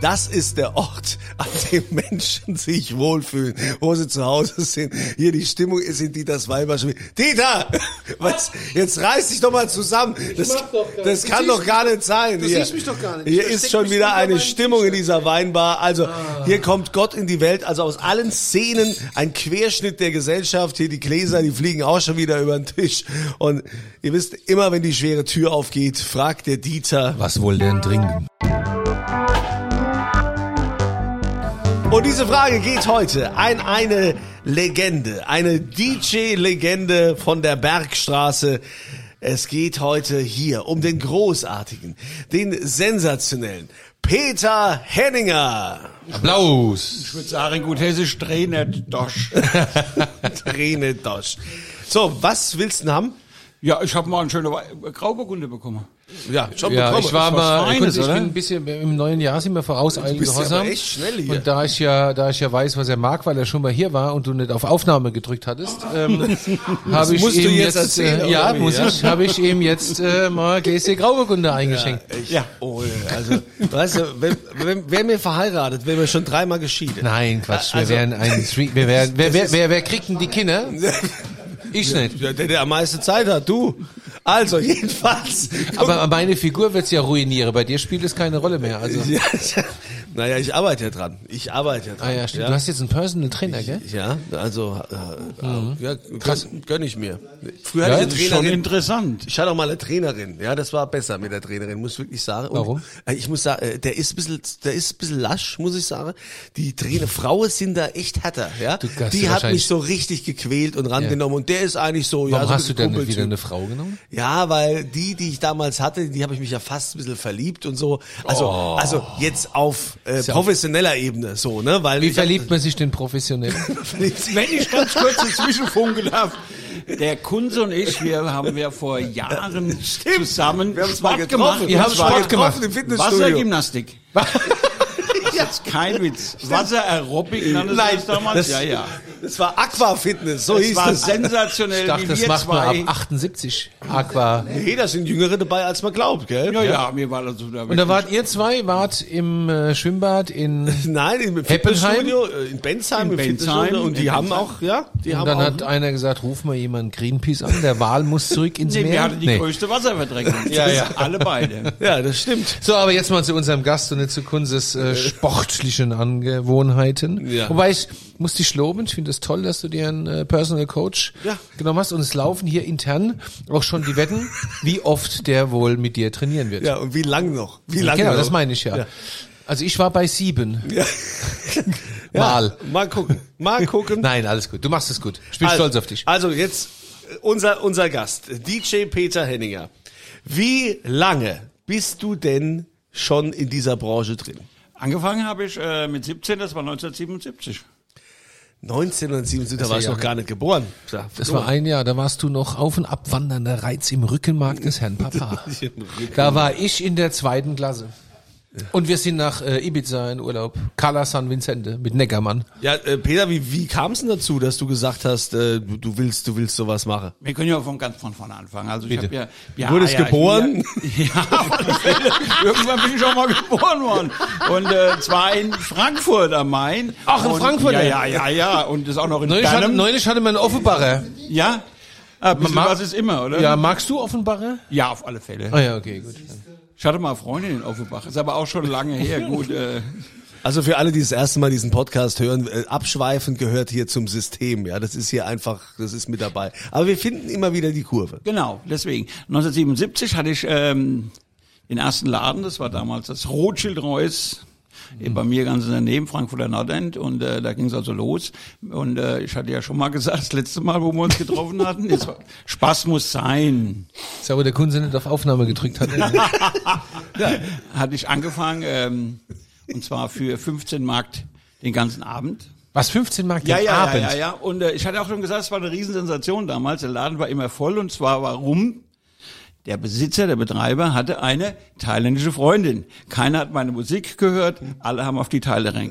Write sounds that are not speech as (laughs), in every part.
Das ist der Ort, an dem Menschen sich wohlfühlen, wo sie zu Hause sind. Hier die Stimmung ist in Dieters Weiber schon. Dieter! (laughs) Was? Jetzt reiß dich doch mal zusammen. Das, mach doch gar das nicht. kann Du doch siehst- gar nicht sein. du hier siehst mich doch gar Ah. nicht. hier Ich ist steck schon mich wieder unter eine meinen Stimmung in T-Shirt. dieser Weinbar. Also hier kommt Gott in die Welt. Also aus allen Szenen ein Querschnitt der Gesellschaft. Hier die Gläser, die fliegen auch schon wieder über den Tisch. Und ihr wisst, immer wenn die schwere Tür aufgeht, fragt der Dieter, Was wohl denn trinken? Und diese Frage geht heute an eine Legende, eine DJ-Legende von der Bergstraße. Es geht heute hier um den großartigen, den sensationellen Peter Henninger. Applaus! Ich würde sagen, gut hessisch Trainet Dosch. Rene Dosch. So, was willst du denn haben? Ja, ich habe mal eine schöne We- Grauburgunde bekommen. Ja, schon Ja, bekommen. ich war ist was mal, Feines, ich bin oder? ein bisschen, im neuen Jahr sind wir vorauseilend bist ja gehorsam. aber echt schnell hier. Und da ich ja, da ich ja weiß, was er mag, weil er schon mal hier war und du nicht auf Aufnahme gedrückt hattest, (laughs) ähm, habe ich musst ihm du jetzt erzählen, äh, ja, oder wie, muss ja? ich, habe ich ihm jetzt äh, mal GC Grauburgunder eingeschenkt. Ja. Oh, ja, also, weißt du, wenn, wenn, wer mir verheiratet, wäre mir schon dreimal geschieden. Nein, Quatsch, wir Also- wären ein Street, wir wären, wer, wer, wer, wer kriegt denn die Kinder? (laughs) Ich nicht. Ja, der, der am meisten Zeit hat, du. Also, jedenfalls. Aber meine Figur wird's ja ruinieren. Bei dir spielt es keine Rolle mehr. Also, Ja, naja, ich arbeite ja dran. Ich arbeite ja dran. ah ja, stimmt. Du hast jetzt einen Personal Trainer, gell? Ja, also äh, ja, gönn, gönn ich mir. Früher Mhm. Ja, hatte das Das ich ist eine schon Trainerin. interessant. Ich hatte auch mal eine Trainerin. Ja, das war besser mit der Trainerin, muss ich wirklich sagen. Und, Warum? äh, Ich muss sagen, äh, der ist ein bisschen, der ist ein bisschen lasch, muss ich sagen. Die Trainer, Frauen sind da echt härter, ja. Du hast Die hat wahrscheinlich- mich so richtig gequält und rangenommen und der ist eigentlich so, ja, Warum so hast du ein denn Kumpeltyp. wieder eine Frau genommen? Ja, weil die, die ich damals hatte, die habe ich mich ja fast ein bisschen verliebt und so. Also, also jetzt auf äh, professioneller Ebene so, ne? Weil Wie ich hab- verliebt man sich denn professionell? Wenn ich ganz kurz dazwischenfunken darf. Der Kunze und ich, wir haben ja vor Jahren zusammen Wir haben uns mal getroffen. Sport gemacht. Wir haben Und Sport zwar gemacht. getroffen im Fitnessstudio. (laughs) Wassergymnastik. Das ist jetzt kein Witz. Wasser-Aerobic (laughs) nannte Nein, das damals. das- ja, ja. Das war Aquafitness, so Es hieß war das. sensationell, Ich dachte, wie wir das macht zwei. man ab 78. Aqua. Hey, da sind Jüngere dabei, als man glaubt, gell? ja, ja, mir war das so Und da wart ihr zwei, wart im äh, Schwimmbad in. Nein, im Fitnessstudio, äh, in Bensheim, im In Fitnessstudio. Bensheim, Und die in haben Bensheim. auch, ja, die Und haben dann auch. hat einer gesagt, ruf mal jemanden Greenpeace an, der Wal muss zurück ins (laughs) Nee, wir Meer. hatten die größte Wasserverdrängung. Ja, ja. Alle beide. ja, das stimmt. So, aber jetzt mal zu unserem Gast und nicht zu Kunzes äh, sportlichen Angewohnheiten. Ja. Wobei ich muss dich loben, ich finde es toll, dass du dir einen äh, Personal Coach Ja. genommen hast und es laufen hier intern auch schon die Wetten, wie oft der wohl mit dir trainieren wird. Ja, und wie lang noch? Wie lang genau, noch? das meine ich ja. Also ich war bei sieben. (laughs) Ja. Ja, Mal. Mal gucken. Mal gucken. (laughs) Nein, alles gut. Du machst es gut. Ich bin stolz auf dich. Also jetzt äh, unser, unser Gast, DJ Peter Henninger. Wie lange bist du denn schon in dieser Branche drin? Angefangen habe ich äh, mit 17, das war 1977. 1977, da war ich ja- noch gar nicht geboren. Ja, Das war ein Jahr, da warst du noch auf und ab wandernder Reiz im Rückenmark des Herrn (laughs) Papa. Da war ich in der zweiten Klasse. Und wir sind nach äh, Ibiza in Urlaub. Cala San Vicente mit Neckermann. ja äh, Peter, wie, wie kam es denn dazu, dass du gesagt hast, äh, du du willst, du willst sowas machen? Wir können ja von ganz von vorne anfangen. Also ich habe ja, ja, Wurdest ja, ich bin geboren? Ja, ja auf alle Fälle. irgendwann bin ich auch mal (laughs) geboren worden. Und äh, zwar in Frankfurt am Main. Ach, in und, Frankfurt, Ja, ja. ja, ja, ja. Und das auch noch in Neulich hatte, Bernheim. neulich hatte man einen Offenbarer. Ja. Ah, bisschen Ma- was ist immer, oder? Ja, magst du Offenbarer? ja, auf alle Fälle. Ah ja, okay, gut. Ich hatte mal eine Freundin in Offenbach, ist aber auch schon lange her. Gut, äh, Also für alle, die das erste Mal diesen Podcast hören, äh, abschweifend gehört hier zum System. Ja, das ist hier einfach, das ist mit dabei. Aber wir finden immer wieder die Kurve. Genau, deswegen. 1977 hatte ich ähm, den ersten Laden, das war damals das Rothschild Reuss. eh, Bei mir ganz in der Nähe, Frankfurter Nordend, und äh, da ging es also los. Und äh, ich hatte ja schon mal (laughs) gesagt, das letzte Mal, wo wir uns getroffen hatten, jetzt, war- Spaß muss sein. Ist aber der Kunde nicht auf Aufnahme gedrückt (laughs) hat. Hatte ich angefangen, ähm, und zwar für 15 Mark den ganzen Abend. Was 15 Mark den Ja, ja, Abend? ja, ja, ja. Und äh, ich hatte auch schon gesagt, es war eine Riesensensation damals. Der Laden war immer voll und zwar warum? Der Besitzer, der Betreiber hatte eine thailändische Freundin. Keiner hat meine Musik gehört, alle haben auf die Thailänderin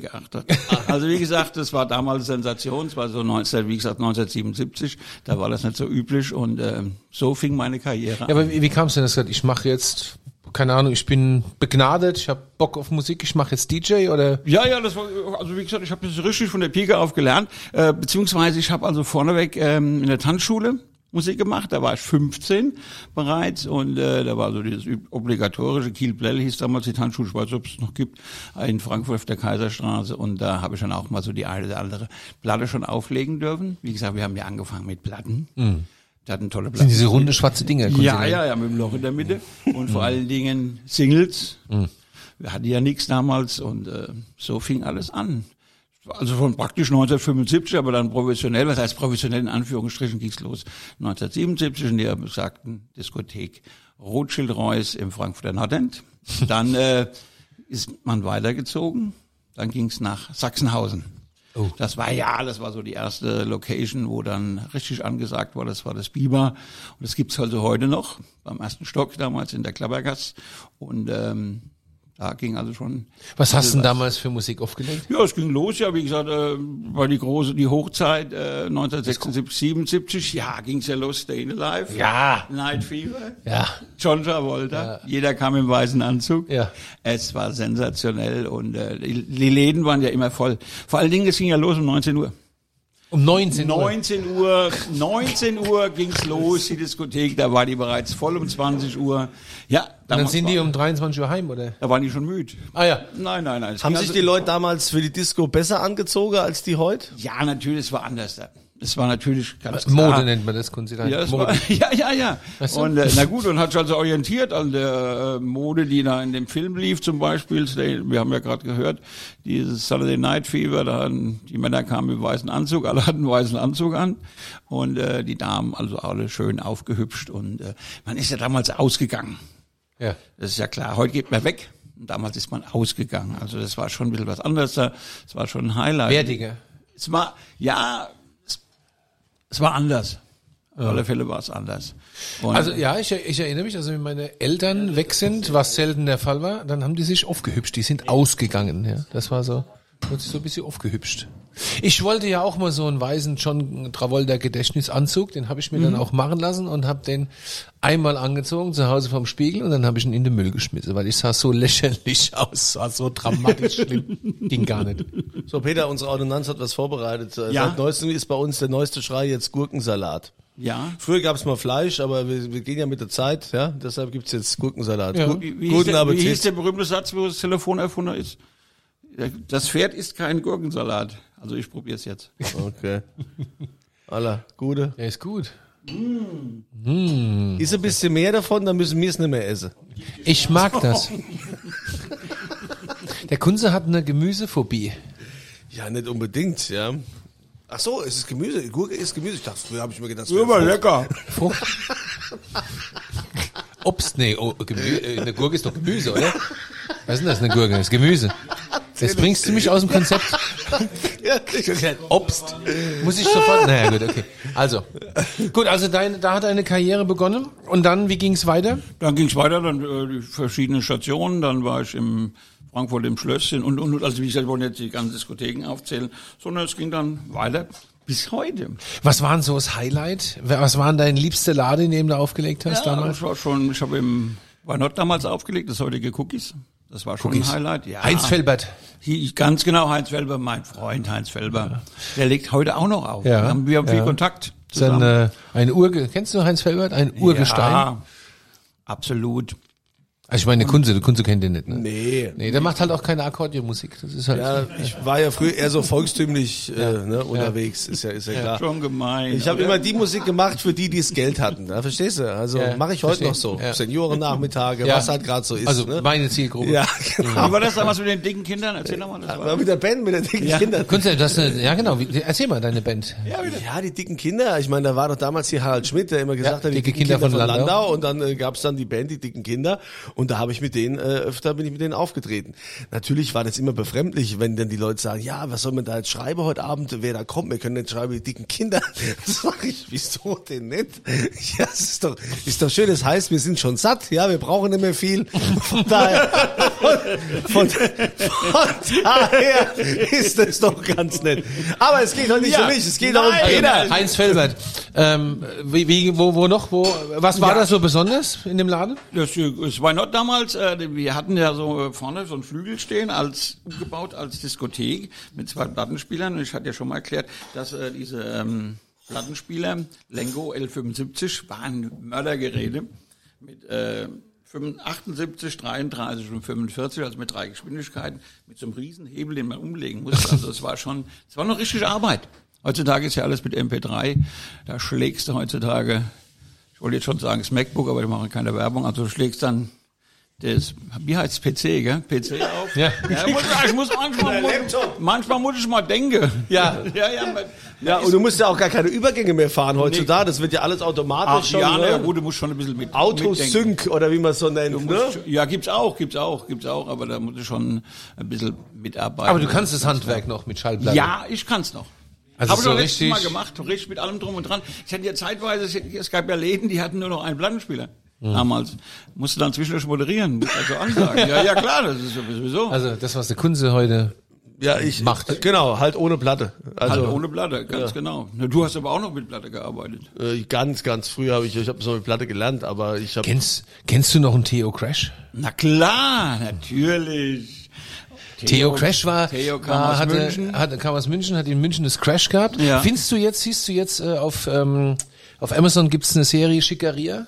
(laughs) geachtet. Also wie gesagt, das war damals Sensation, es war so 19, wie gesagt 1977, da war das nicht so üblich und ähm, so fing meine Karriere Ja, an. aber wie, wie kam es denn, dass du gesagt, ich mache jetzt, keine Ahnung, ich bin begnadet, ich habe Bock auf Musik, ich mache jetzt DJ oder Ja, ja, das war, also wie gesagt, ich habe das richtig von der Pike auf gelernt, äh, beziehungsweise ich habe also vorneweg ähm, in der Tanzschule Musik gemacht, da war ich 15 bereits und äh, da war so dieses üb- obligatorische, Kiel Blell hieß damals die Tanzschule, ich weiß nicht, ob es noch gibt, in Frankfurt auf der Kaiserstraße und da habe ich dann auch mal so die eine oder andere Platte schon auflegen dürfen. Wie gesagt, wir haben ja angefangen mit Platten. Wir hatten tolle Platten. diese runde schwarze Dinger? Ja, ja, ja, mit dem Loch in der Mitte und vor allen Dingen Singles. Wir hatten ja nichts damals und äh, so fing alles an. Also von praktisch 1975, aber dann professionell, was heißt professionell in Anführungsstrichen ging's los. 1977 in der besagten Diskothek Rothschild Reuss im Frankfurter Nordend. Dann äh, ist man weitergezogen, dann ging's nach Sachsenhausen. Das war ja, das war so die erste Location, wo dann richtig angesagt war, das war das Biber. Und das gibt's also heute noch, beim ersten Stock damals in der Klappergasse. Und ähm, da ging also schon Was hast du denn damals für Musik aufgelegt? ja, es ging los, ja, wie gesagt, äh, war die große, die Hochzeit äh, 1976, 77, ja, ging's ja los, Stay Alive. Ja. Night Fever. Ja. John Travolta. Jeder kam im weißen Anzug. Ja. Es war sensationell und äh, die, die Läden waren ja immer voll. Vor allen Dingen, es ging ja los um 19 Uhr. Um 19 Uhr. 19 Uhr, 19 Uhr ging's los, die Diskothek, da war die bereits voll um 20 Uhr. Ja, Und dann damals sind die war- um 23 Uhr heim, oder? da waren die schon müde. Ah ja. Nein, nein, nein. es Haben ging sich also- die Leute damals für die Disco besser angezogen als die heute? Ja, natürlich, es war anders da. Es war natürlich ganz klar. Mode ne? nennt man das, Kunzilein. Ah. Ja, es Mode. war, (laughs) ja, ja, ja. Weißt du? Und äh, na gut, und hat sich also orientiert an der äh, Mode, die da in dem Film lief, zum Beispiel. Stay- Wir haben ja gerade gehört, dieses Saturday Night Fever, da hatten, die Männer kamen im weißen Anzug, alle hatten einen weißen Anzug an und äh, die Damen also alle schön aufgehübscht und äh, man ist ja damals ausgegangen. Ja. Das ist ja klar. Heute geht man weg. Und Damals ist man ausgegangen. Also das war schon ein bisschen was anderes. da. Das war schon ein Highlight. Wertiger. Es war, ja, es, es war anders. Auf alle Fälle war es anders. Und Also ja, ich, ich erinnere mich, also wenn meine Eltern weg sind, was selten der Fall war, dann haben die sich aufgehübscht, die sind ausgegangen. Ja. Das war so, hat sich so ein bisschen aufgehübscht. Ich wollte ja auch mal so einen weißen John Travolta Gedächtnisanzug, den habe ich mir dann auch machen lassen und habe den einmal angezogen zu Hause vom Spiegel und dann habe ich ihn in den Müll geschmissen, weil ich sah so (laughs) lächerlich aus, sah so dramatisch schlimm, ging gar nicht. So, Peter, unsere Ordnanz hat was vorbereitet. Äh, Ja. Seit neuestem ist bei uns der neueste Schrei jetzt Gurkensalat. ja. Früher gab's mal Fleisch, aber wir, wir gehen ja mit der Zeit, ja? Deshalb gibt's jetzt Gurkensalat. Ja. Gu- Wie, wie, hieß Guten der, wie hieß Appetit. der berühmte Satz, wo das Telefon erfunden ist? Das Pferd ist kein Gurkensalat. Also ich probiere es jetzt. Okay. Aller, gute. Der ist gut. Ist ein bisschen mehr davon, dann müssen wir es nicht mehr essen. Ich mag das. Der Kunze hat eine Gemüsephobie. Ja, nicht unbedingt, ja. Ach so, es ist Gemüse. Gurke ist Gemüse. Ich dachte, früher habe ich mir gedacht, das wäre Frucht. lecker. Frucht. Obst, nee, oh, Gemü äh, eine Gurke ist doch Gemüse, oder? Was ist denn das, eine Gurke? Das ist Gemüse. Jetzt bringst du mich aus dem Konzept. Ja, ich- Obst. Muss ich sofort. Naja, gut, okay. Also. Gut, also deine, da hat deine Karriere begonnen. Und dann, wie ging es weiter? (laughs) Dann ging es weiter, dann äh, die verschiedenen Stationen, dann war ich im Frankfurt im Schlösschen und, und, und. also wie gesagt, wir wollen jetzt die ganzen Diskotheken aufzählen, sondern es ging dann weiter bis heute. Was waren so das Highlight? Was waren dein liebster Laden, in dem du aufgelegt hast Ja, damals? Das war schon, ich habe im Weinott damals aufgelegt, das heutige Cookies. Das war schon ein Highlight. Ah. Ja. Heinz Felbert. Hi- Ganz genau, Heinz Felber, mein Freund Heinz Felber. Der legt heute auch noch auf. Ja, Wir haben, wir haben ja. viel Kontakt Dann, zusammen. äh, ein Urge kennst du Heinz Felbert? Ein Urgestein. Ja, absolut. Also ich meine, Kunze, der Kunze kennt den nicht, ne? Nee. Nee, der macht halt auch keine Akkordeonmusik. Das ist halt. Ja, ich war ja früher eher so volkstümlich äh, ne, unterwegs, ist ja, ist ja klar. Schon gemein. Ich habe oder? immer die Musik gemacht, für die, die das Geld hatten. Ja, verstehst du? Also Ja, mache ich heute verstehe. noch so. Ja. Seniorennachmittage, Ja. was halt gerade so ist. also ne? meine Zielgruppe. Ja, Aber genau. war das damals mit den dicken Kindern? Erzähl doch mal, das Aber war. mit der Band, mit den dicken Kindern. Künstler, das ist eine, ja genau. Wie, erzähl mal deine Band. Ja, die dicken Kinder. Ich meine, da war doch damals hier Harald Schmidt, der immer gesagt hat, die dicke dicken Kinder Kinder, von von Landau. Landau. Und dann äh, gab's dann die Band, die dicken Kinder. Und da habe ich mit denen äh, öfter bin ich mit denen aufgetreten. Natürlich war das immer befremdlich, wenn dann die Leute sagen, ja, was soll man da jetzt schreiben heute Abend, wer da kommt, wir können nicht schreiben, die dicken Kinder. (laughs) Das sag ich, wieso denn nicht? (laughs) Ja, es ist doch, ist doch schön, das heißt, wir sind schon satt, ja, wir brauchen nicht mehr viel. Von daher, (laughs) von, von, von daher ist das doch ganz nett. Aber es geht doch nicht Ja. um mich, es geht doch um Nein. Kinder. Heinz Felbert, ähm, wie, wie, wo, wo noch? Wo, was war da so besonders in dem Laden? Das, das war not damals, äh, wir hatten ja so äh, vorne so einen Flügel stehen, als umgebaut als Diskothek mit zwei Plattenspielern. Und ich hatte ja schon mal erklärt, dass äh, diese ähm, Plattenspieler, Lengo L75, waren Mördergeräte mit äh, 75, 78, 33 und 45, also mit drei Geschwindigkeiten, mit so einem riesen Hebel, den man umlegen musste. Also es war schon, es war noch richtig Arbeit. Heutzutage ist ja alles mit MP3, da schlägst du heutzutage ich wollte jetzt schon sagen, das MacBook, aber ich mache keine Werbung. Also du schlägst dann das, wie heißt PC, gell? PC auf. Ja. ich muss, ich muss manchmal, Laptop. manchmal muss ich mal denken. Ja. (laughs) ja, ja. Man, Ja, und du musst ja auch gar keine Übergänge mehr fahren heutzutage. Das wird ja alles ach, automatisch schon. ja, na, ne? ja, gut, du musst schon ein bisschen mit. mitdenken. Autosync oder wie man es so Du nennt. musst, Ne? schon- Ja, gibt's auch, gibt's auch, gibt's auch, aber da musst du schon ein bisschen mitarbeiten. Aber du kannst das Handwerk noch mit Schallplatten. Ja, ich kann's noch. Also Habe ich so doch letztes richtig- Mal gemacht, richtig mit allem drum und dran. Ich hatte ja zeitweise, es gab ja Läden, die hatten nur noch einen Plattenspieler. Hm. Damals. Musste dann zwischendurch moderieren. Also ansagen. ja, ja, klar, das ist sowieso. Also das, was der Kunze heute Ja, ich Macht. Genau, halt ohne Platte. Also also ohne Platte, ganz genau. Na, Du hast aber auch noch mit Platte gearbeitet. äh, ganz, ganz früh habe ich, ich habe so eine Platte gelernt, aber ich habe Kennst, kennst du noch einen Theo Crash? Na klar, natürlich. Theo, Crash war, Theo kam war aus hatte, München. Hatte, kam aus München, hat in München das Crash gehabt. Ja. Findest du jetzt, siehst du jetzt äh, auf, ähm, auf Amazon gibt's eine Serie Schickeria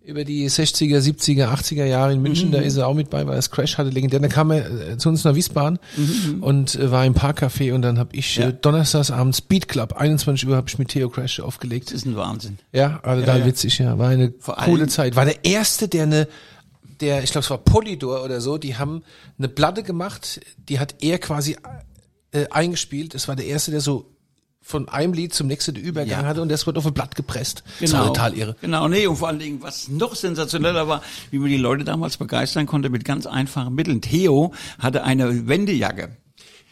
über die 60er, 70er, 80er Jahre in Mhm. München, da ist er auch mit bei, weil das Crash hatte legendär. Dann kam er äh, zu uns nach Wiesbaden Mhm, und äh, war im Parkcafé und dann habe ich äh, donnerstags abends Beat Club, 21 Uhr, habe ich mit Theo Crash aufgelegt. Das ist ein Wahnsinn. Ja, also da witzig, ja. War eine Vor coole allem- Zeit. War der erste, der eine, der, ich glaube, es war Polydor oder so, die haben eine Platte gemacht, die hat er quasi äh, eingespielt. Das war der erste, der so von einem Lied zum nächsten den Übergang Ja. hatte und das wurde auf ein Blatt gepresst. Das war total irre. Genau, nee, und vor allen Dingen, was noch sensationeller war, wie man die Leute damals begeistern konnte mit ganz einfachen Mitteln. Theo hatte eine Wendejacke.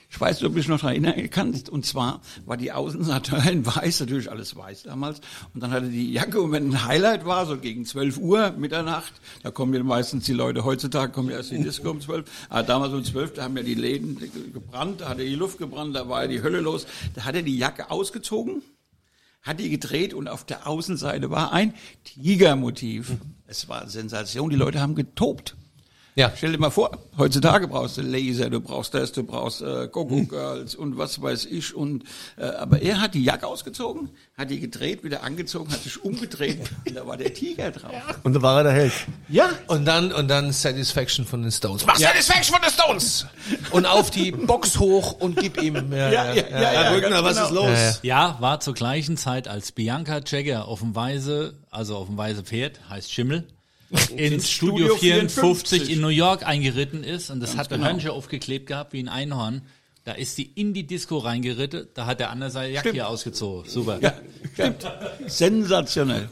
Ich weiß nicht, ob du dich noch daran erinnern kannst. Und zwar war die Außenseite in (laughs) weiß, natürlich alles weiß damals. Und dann hatte die Jacke, und wenn ein Highlight war, so gegen 12 Uhr, Mitternacht, da kommen ja meistens die Leute, heutzutage kommen ja erst die Disco um 12, aber damals um 12, da haben ja die Läden gebrannt, da hatte die Luft gebrannt, da war ja die Hölle los. Da hat er die Jacke ausgezogen, hat die gedreht und auf der Außenseite war ein Tigermotiv. Es war Sensation, die Leute haben getobt. Ja. Stell dir mal vor, heutzutage brauchst du Laser, du brauchst das, du brauchst äh, Gogo Girls und was weiß ich. Und äh, aber er hat die Jacke ausgezogen, hat die gedreht, wieder angezogen, hat sich (laughs) umgedreht und da war der Tiger drauf. und da war er der Held. Ja, Und dann, und dann Satisfaction von den Stones. Mach Satisfaction von den Stones! Und auf die Box hoch und gib (laughs) ihm. ja, ja, ja. ja, Herr Brückner, ganz was genau. ist los? Ja, war zur gleichen Zeit, als Bianca Jagger auf dem Weise, also auf dem Weise Pferd, (laughs) heißt Schimmel, ins Studio 54 in New York eingeritten ist und das hat genau. der Hörnchen aufgeklebt gehabt wie ein Einhorn. Da ist die in die Disco reingerittet, da hat der andere seine Jacke hier ausgezogen. Super. Ja, stimmt. Sensationell.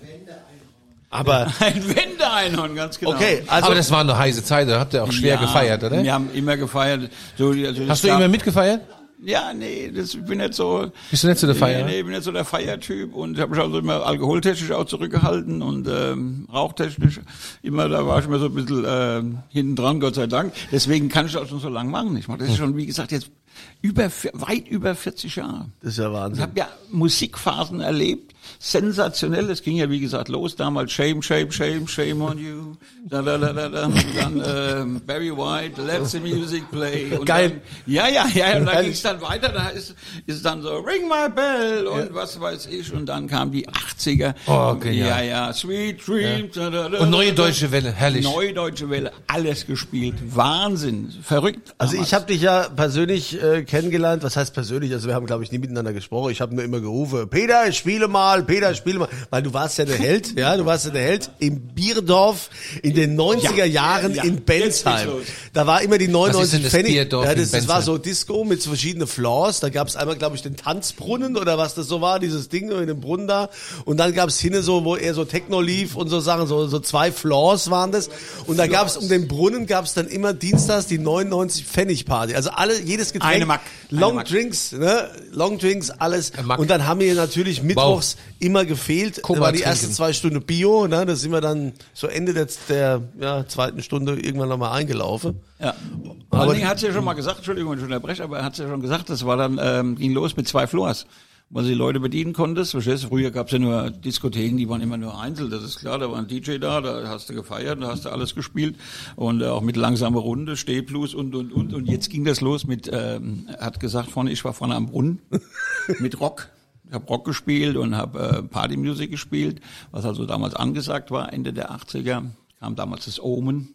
Aber Ein Wendeeinhorn, ganz genau. okay, also Aber das war eine heiße Zeit, da habt ihr auch schwer Ja, gefeiert, oder? Wir haben immer gefeiert. So, also Hast du es gab- immer mitgefeiert? Ja, nee, das, ich bin nicht so. Bist du nicht so der Feier? Nee, nee, ich bin nicht so der Feiertyp und habe mich also immer alkoholtechnisch auch zurückgehalten und ähm, rauchtechnisch immer, da war ich immer so ein bisschen ähm, hinten dran, Gott sei Dank. Deswegen kann ich das auch schon so lange machen. Ich mache Hm. das schon, wie gesagt, jetzt über vi- weit über 40 Jahre. das ist ja Ich Wahnsinn. habe ja Musikphasen erlebt, sensationell. Es ging ja wie gesagt los damals Shame, Shame, Shame, Shame on You, da da da da da, Und dann ähm, Barry White, Let the Music Play. Und Geil. Dann, ja ja ja. Und dann ging es dann weiter. Da ist ist dann so Ring My Bell und was weiß ich. Und dann kamen die 80er. Oh, okay. Ja genial. ja. Sweet Dreams. Da, da, da, Und neue da, da. deutsche Welle, herrlich. Neue deutsche Welle, alles gespielt, Wahnsinn, verrückt. Also ich habe dich ja persönlich äh, äh, kennengelernt. Was heißt persönlich? Also wir haben, glaube ich, nie miteinander gesprochen. Ich habe nur immer gerufen, Peter, spiele mal, Peter, spiele mal. Weil du warst ja der Held, ja, du warst ja der Held im Bierdorf in den 90er Jahren in Bensheim. Da war immer die 99 denn das Pfennig. Bierdorf ja, in das, das war Bensheim? so Disco mit verschiedenen Floors. Da gab es einmal, glaube ich, den Tanzbrunnen oder was das so war, dieses Ding in dem Brunnen da. Und dann gab es hinne so, wo eher so Techno lief und so Sachen, so, so zwei Floors waren das. Und da gab es um den Brunnen gab es dann immer dienstags die 99 Pfennig Party. Also alle, jedes Getränk. Eine Mack. Eine Long Mack. Drinks, ne? Long Drinks, alles. Mack. Und dann haben wir natürlich mittwochs immer gefehlt. Kuba das war die trinken. ersten zwei Stunden Bio, ne? Da sind wir dann so Ende der, der ja, zweiten Stunde irgendwann nochmal eingelaufen. Ja. Vor allen Dingen hat sie ja schon mal gesagt, Entschuldigung, wenn ich unterbreche, aber hat sie ja schon gesagt, das war dann, ähm, ging los mit zwei Floors. Weil sie die Leute bedienen konntest, verstehst du, früher gab's ja nur Diskotheken, die waren immer nur einzeln, das ist klar, da war ein DJ da, da hast du gefeiert, da hast du alles gespielt und äh, auch mit langsamer Runde, Stehplus und, und, und, und jetzt ging das los mit, ähm, er hat gesagt vorne, ich war vorne am Brunnen mit Rock. Ich habe Rock gespielt und habe äh, Partymusik gespielt, was also damals angesagt war, Ende der 80er, kam damals das Omen,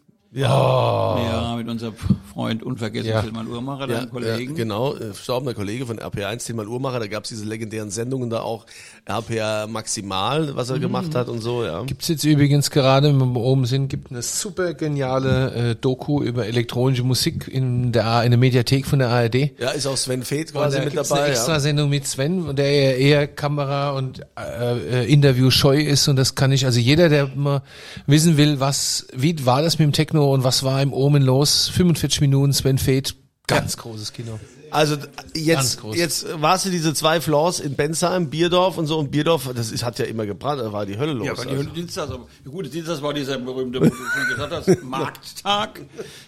ja, mit unserem Freund unvergessen Ja. Tilman Uhrmacher, Ja, deinem Kollegen. Ja, genau, äh, verstorbener Kollege von RPA1, Tilman Uhrmacher, da gab's diese legendären Sendungen da auch, RPA Maximal, was er gemacht hat und so, ja. Gibt's jetzt übrigens gerade, wenn wir oben sind, gibt eine super geniale äh, Doku über elektronische Musik in der, A- in der Mediathek von der ARD. Ja, ist auch Sven Feth Und quasi da mit gibt's eine dabei. Ja. Extrasendung mit Sven, der ja eher Kamera und äh, äh, Interview scheu ist und das kann ich, also jeder, der mal wissen will, was, wie war das mit dem Techno und was war im Omen los, 45 Minuten Sven Feth, ganz großes Kino. Also d- Ganz jetzt, groß. jetzt warst du diese zwei Floors in Bensheim, Bierdorf und so und Bierdorf, das ist, hat ja immer gebrannt, da war die Hölle los. Ja, aber die also. Hölle Dienstags, aber ja, gut, Dienstags war dieser berühmte, wo du schon (laughs) gesagt hast, Markttag,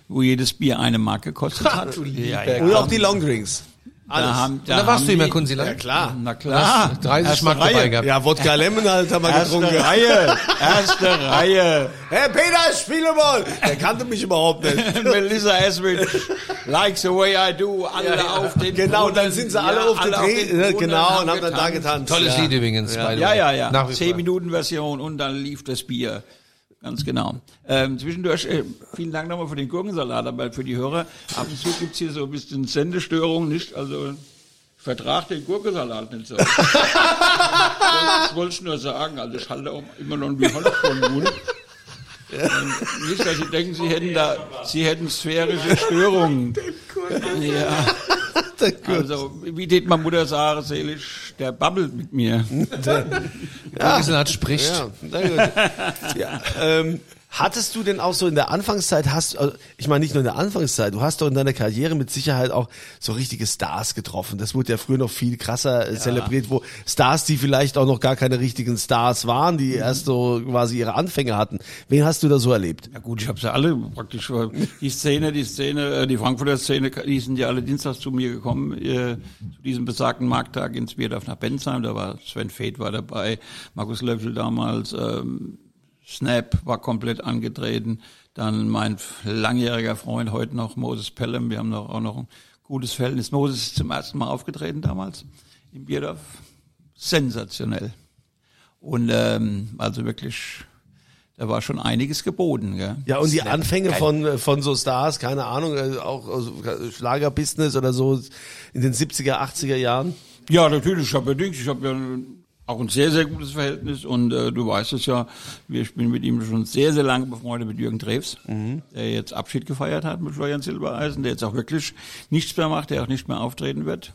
wo jedes Bier eine Mark gekostet hat. Du ja, lieber ja. und auch die Longdrinks. Da, haben, Da, warst haben du immer die- Kunziland? Ja, Ah. klar. Na klar. 30 Erste Mark dabei Reihe. gehabt. Ja, Wodka Lemon halt haben wir Erste getrunken. Reihe, erste Reihe. Hey Peter, spiele mal! Der kannte mich überhaupt nicht. (laughs) Melissa Esmond, like the way I do, alle auf den Genau, und dann Brunnen. sind sie alle Ja, auf den Dreh, den ne, Brunnen genau, und haben dann da getanzt. getanzt. Tolles ja. Lied übrigens, by the Ja, way. ja, ja. Nach wie Zehn vor. Minuten Version und dann lief das Bier. Ganz genau. Ähm, zwischendurch, äh, vielen Dank nochmal für den Gurkensalat, aber für die Hörer, ab und zu gibt's hier so ein bisschen Sendestörung, nicht? Also, ich vertrag den Gurkensalat nicht so. (laughs) das wollte ich nur sagen. Also, ich halte auch immer noch die Hand vor den Mund. Und Nicht, dass Sie denken, Sie hätten da, Sie hätten sphärische Störungen. Ja. Also, wie tät meine Mutter sagen, seelisch, der babbelt mit mir. Kunziland spricht. Ja, sehr gut. ja. Ähm, hattest du denn auch so in der Anfangszeit, hast, also ich meine nicht nur in der Anfangszeit, du hast doch in deiner Karriere mit Sicherheit auch so richtige Stars getroffen. Das wurde ja früher noch viel krasser äh, zelebriert, wo Stars, die vielleicht auch noch gar keine richtigen Stars waren, die erst so quasi ihre Anfänge hatten. Wen hast du da so erlebt? Ja gut, ich habe sie alle praktisch. äh, Die Szene, die Szene, äh, die Frankfurter Szene, die sind ja alle dienstags zu mir gekommen, äh, zu diesem besagten Markttag ins Bierdorf nach Bensheim. Da war Sven Feth war dabei, Markus Löffel damals, ähm, Snap war komplett angetreten. Dann mein langjähriger Freund, heute noch Moses Pelham. Wir haben noch, auch noch ein gutes Verhältnis. Moses ist zum ersten Mal aufgetreten damals im Bierdorf. Sensationell. Und ähm, also wirklich, da war schon einiges geboten. Gell? Ja, und die Anfänge von, äh, von so Stars, keine Ahnung, äh, auch äh, Schlagerbusiness oder so in den 70er, 80er Jahren. Ja, natürlich, ich habe ja Dings, ich habe ja auch ein sehr, sehr gutes Verhältnis und äh, du weißt es ja, wir- ich bin mit ihm schon sehr, sehr lange befreundet mit Jürgen Drews, der jetzt Abschied gefeiert hat mit Florian Silbereisen, der jetzt auch wirklich nichts mehr macht, der auch nicht mehr auftreten wird.